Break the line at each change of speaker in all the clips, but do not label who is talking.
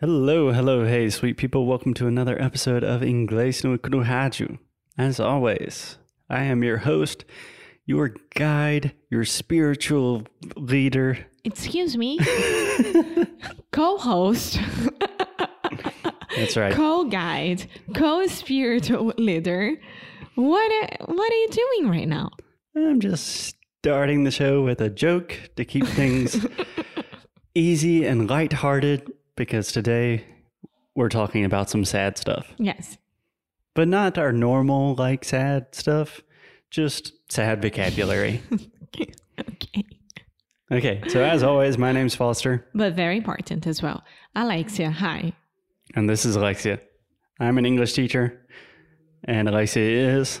Hello, hello, hey, sweet people. Welcome to another episode of Inglés no Haju. As always, I am your host, your guide, your spiritual leader.
Excuse me. co host,
That's right.
co guide, co spiritual leader. What, what are you doing right now?
I'm just starting the show with a joke to keep things easy and lighthearted because today we're talking about some sad stuff,
Yes.
but not our normal, like, sad stuff, just sad vocabulary.
okay.
okay, so as always, my name's Foster.
But very important as well. Alexia, hi.
And this is Alexia. I'm an English teacher, and Alexia is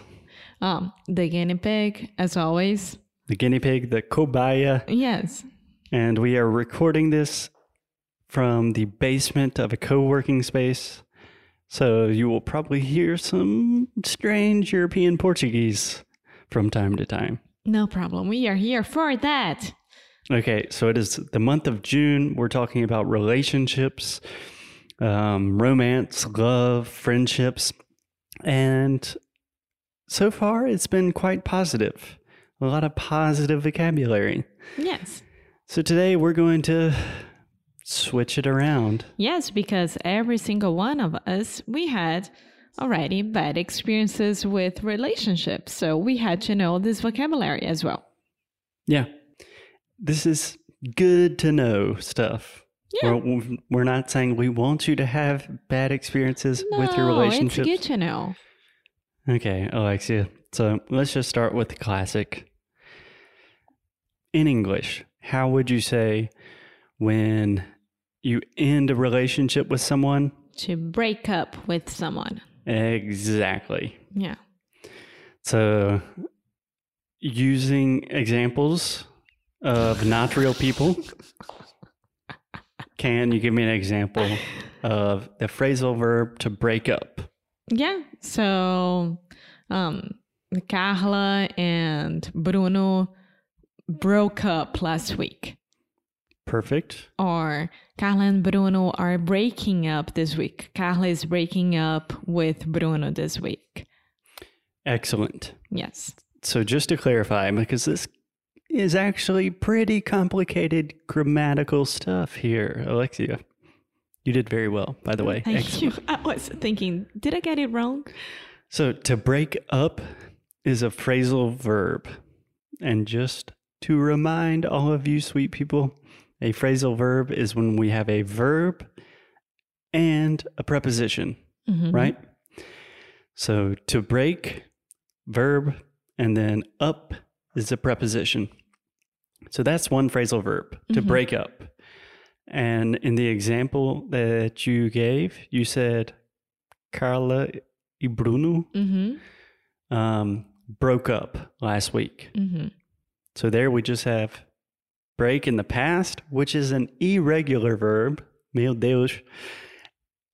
Um, the guinea pig, as always.
the guinea pig, the cobaya,
Yes.
and we are recording this from the basement of a co working space. So you will probably hear some strange European Portuguese from time to time.
No problem. We are here for that.
Okay, so it is the month of June. We're talking about relationships, um, romance, love, friendships. And so far, it's been quite positive. A lot of positive vocabulary.
Yes.
So today, we're going to switch it around.
Yes, because every single one of us, we had already bad experiences with relationships. So we had to know this vocabulary as well.
Yeah. This is good to know stuff.
Yeah.
We're, we're not saying we want you to have bad experiences with your
No,
relationships.
It's good to know.
Okay, Alexia. So let's just start with the classic. In English, how would you say when you end a relationship with someone?
To break up with someone.
Exactly.
Yeah.
So, using examples of not real people, can you give me an example of the phrasal verb to break up?
Yeah. So um Carla and Bruno broke up last week.
Perfect.
Or Carla and Bruno are breaking up this week. Carla is breaking up with Bruno this week.
Excellent.
Yes.
So, just to clarify, because this is actually pretty complicated grammatical stuff here, Alexia. You did very well, by the way.
Thank you. I was thinking, did I get it wrong?
So, to break up is a phrasal verb. And just to remind all of you, sweet people, a phrasal verb is when we have a verb and a preposition,
Mhm.
right? So, to break, verb, and then up is a preposition. So, that's one phrasal verb, to
Mhm.
break up. And in the example that you gave, you said Carla y Bruno
Mm-hmm.
um, broke up last week.
Mm-hmm.
So there we just have break in the past, which is an irregular verb, meu Deus,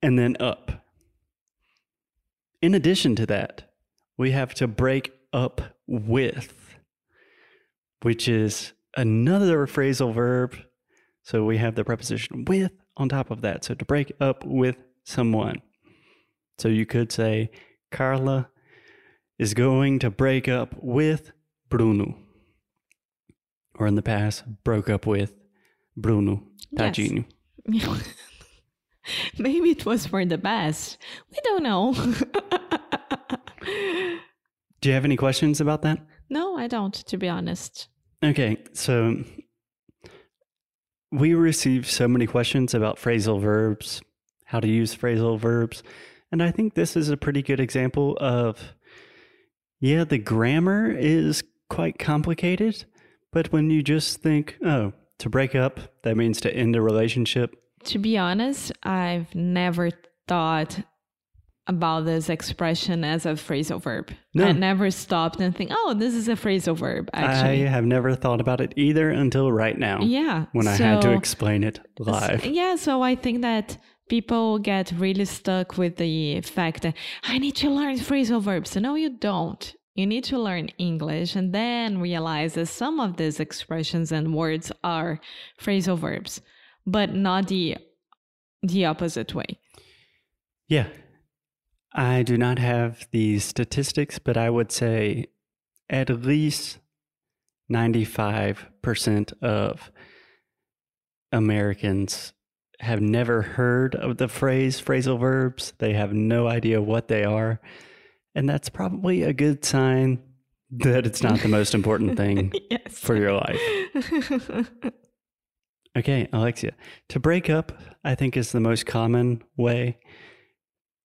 and then up. In addition to that, we have to break up with, which is another phrasal verb. So we have the preposition with on top of that. So to break up with someone. So you could say, Carla is going to break up with Bruno. Or in the past, broke up with Bruno
Yes.
Tadinho.
Maybe it was for the best. We don't know.
Do you have any questions about that?
no, I don't, to be honest.
Okay, so we receive so many questions about phrasal verbs, how to use phrasal verbs, and I think this is a pretty good example of yeah, the grammar is quite complicated, but when you just think, oh, to break up, that means to end a relationship.
To be honest, I've never thought about this expression as a phrasal verb.
No.
I never stopped and think, oh, this is a phrasal verb,
I
actually.
have never thought about it either until right now
yeah.
when I had to
so-
explain it live.
Yeah, so I think that people get really stuck with the fact that I need to learn phrasal verbs. No, you don't. You need to learn English and then realize that some of these expressions and words are phrasal verbs, but not the the opposite way.
Yeah. I do not have the statistics, but I would say at least 95% of Americans have never heard of the phrase phrasal verbs. They have no idea what they are. And that's probably a good sign that it's not the most important thing
Yes.
for your life. Okay, Alexia. To break up, I think is the most common way.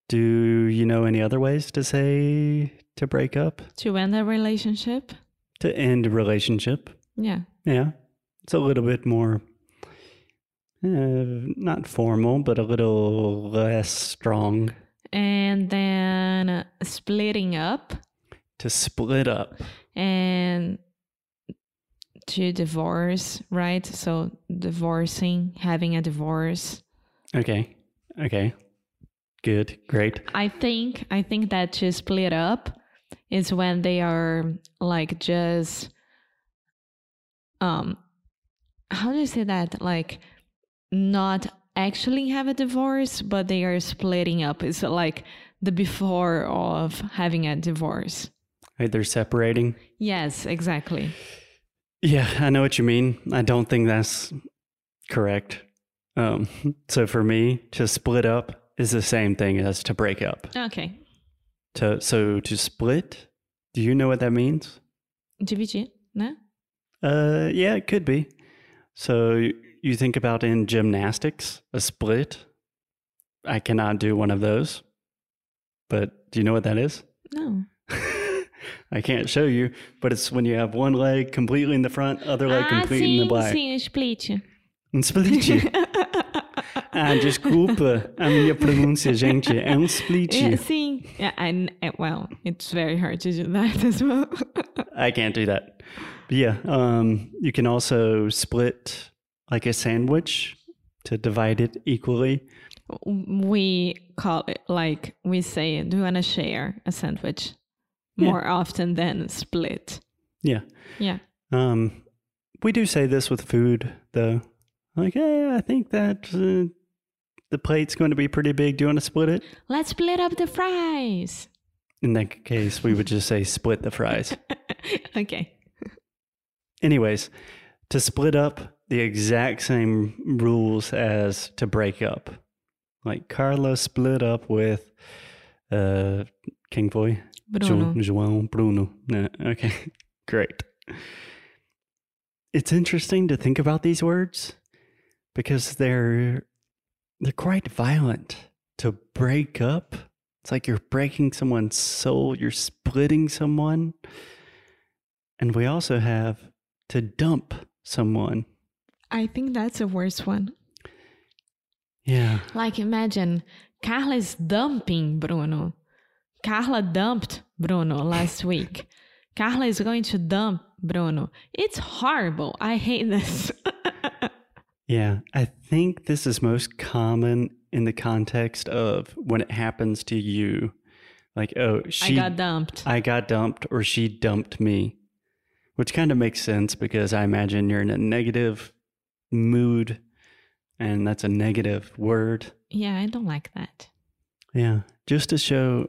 Do you know any other ways to say to break up?
to end a relationship?
To end a relationship?
Yeah.
Yeah. It's a little bit more uh, not formal, but a little less strong
And then uh, splitting up
to split up.
and to divorce, right? So divorcing, having a divorce.
Okay. Okay. Good. Great.
I think I think that to split up is when they are like just um how do you say that? Like not actually have a divorce, but they are splitting up. It's like the before of having a divorce.
Right, they're separating.
Yes, exactly.
Yeah, I know what you mean. I don't think that's correct. Um, so for me, to split up is the same thing as to break up.
Okay.
To so to split, do you know what that means?
Dividir, né?
Uh, yeah, it could be. So y- you think about in gymnastics, a split. I cannot do one of those. But do you know what that is?
No.
I can't show you, but it's when you have one leg completely in the front, other leg
ah,
completely in the
sim,
back.
sim, split.
Um split. Ah, desculpa a minha pronúncia, gente. É um split.
Yeah, sim. Yeah, and uh, well, it's very hard to do that as well.
I can't do that. But yeah, um, you can also split like a sandwich to divide it equally.
we call it like we say, do you want to share a sandwich
Yeah.
more often than split?
Yeah.
Yeah.
Um, we do say this with food, though. Like, hey, I think that uh, the plate's going to be pretty big. Do you want to split it?
Let's split up the fries.
In that case, we would just say split the fries.
okay.
Anyways, to split up the exact same rules as to break up. Like Carla split up with uh King Boy.
Bruno.
João Bruno. No, okay. Great. It's interesting to think about these words because they're they're quite violent. To break up, it's like you're breaking someone's soul, you're splitting someone. And we also have to dump someone.
I think that's the worst one.
Yeah.
Like imagine Carla is dumping Bruno. Carla dumped Bruno last week. Carla is going to dump Bruno. It's horrible. I hate this.
Yeah, I think this is most common in the context of when it happens to you. Like, oh, she
I got dumped.
I got dumped or she dumped me. Which kind of makes sense because I imagine you're in a negative mood and that's a negative word.
yeah, I don't like that.
Yeah, just to show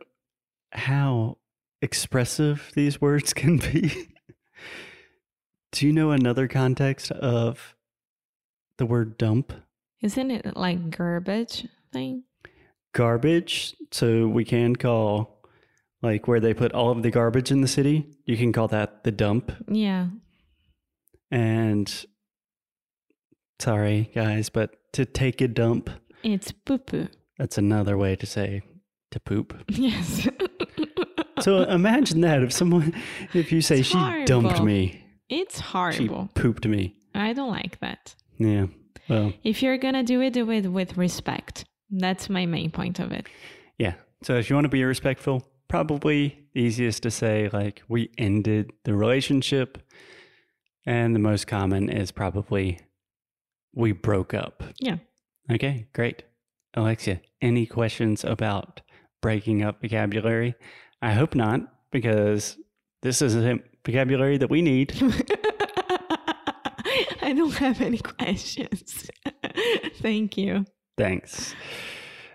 how expressive these words can be. Do you know another context of the word dump?
Isn't it like garbage thing?
garbage. So we can call like where they put all of the garbage in the city, you can call that the dump.
Yeah.
And sorry guys, but to take a dump,
It's poo poo.
that's another way to say to poop.
Yes.
So imagine that if someone if you say
It's
she dumped
horrible.
me,
it's
she
horrible.
pooped me.
I don't like that.
Yeah. Well,
If you're gonna do it, do it with respect. That's my main point of it.
yeah. So if you want to be respectful, probably easiest to say like we ended the relationship. And the most common is probably we broke up.
Yeah.
Okay, great. Alexia, any questions about breaking up vocabulary? I hope not, because this isn't vocabulary that we need.
I don't have any questions. Thank you.
Thanks.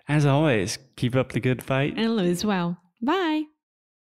As always, keep up the good fight.
and Luis well. Bye.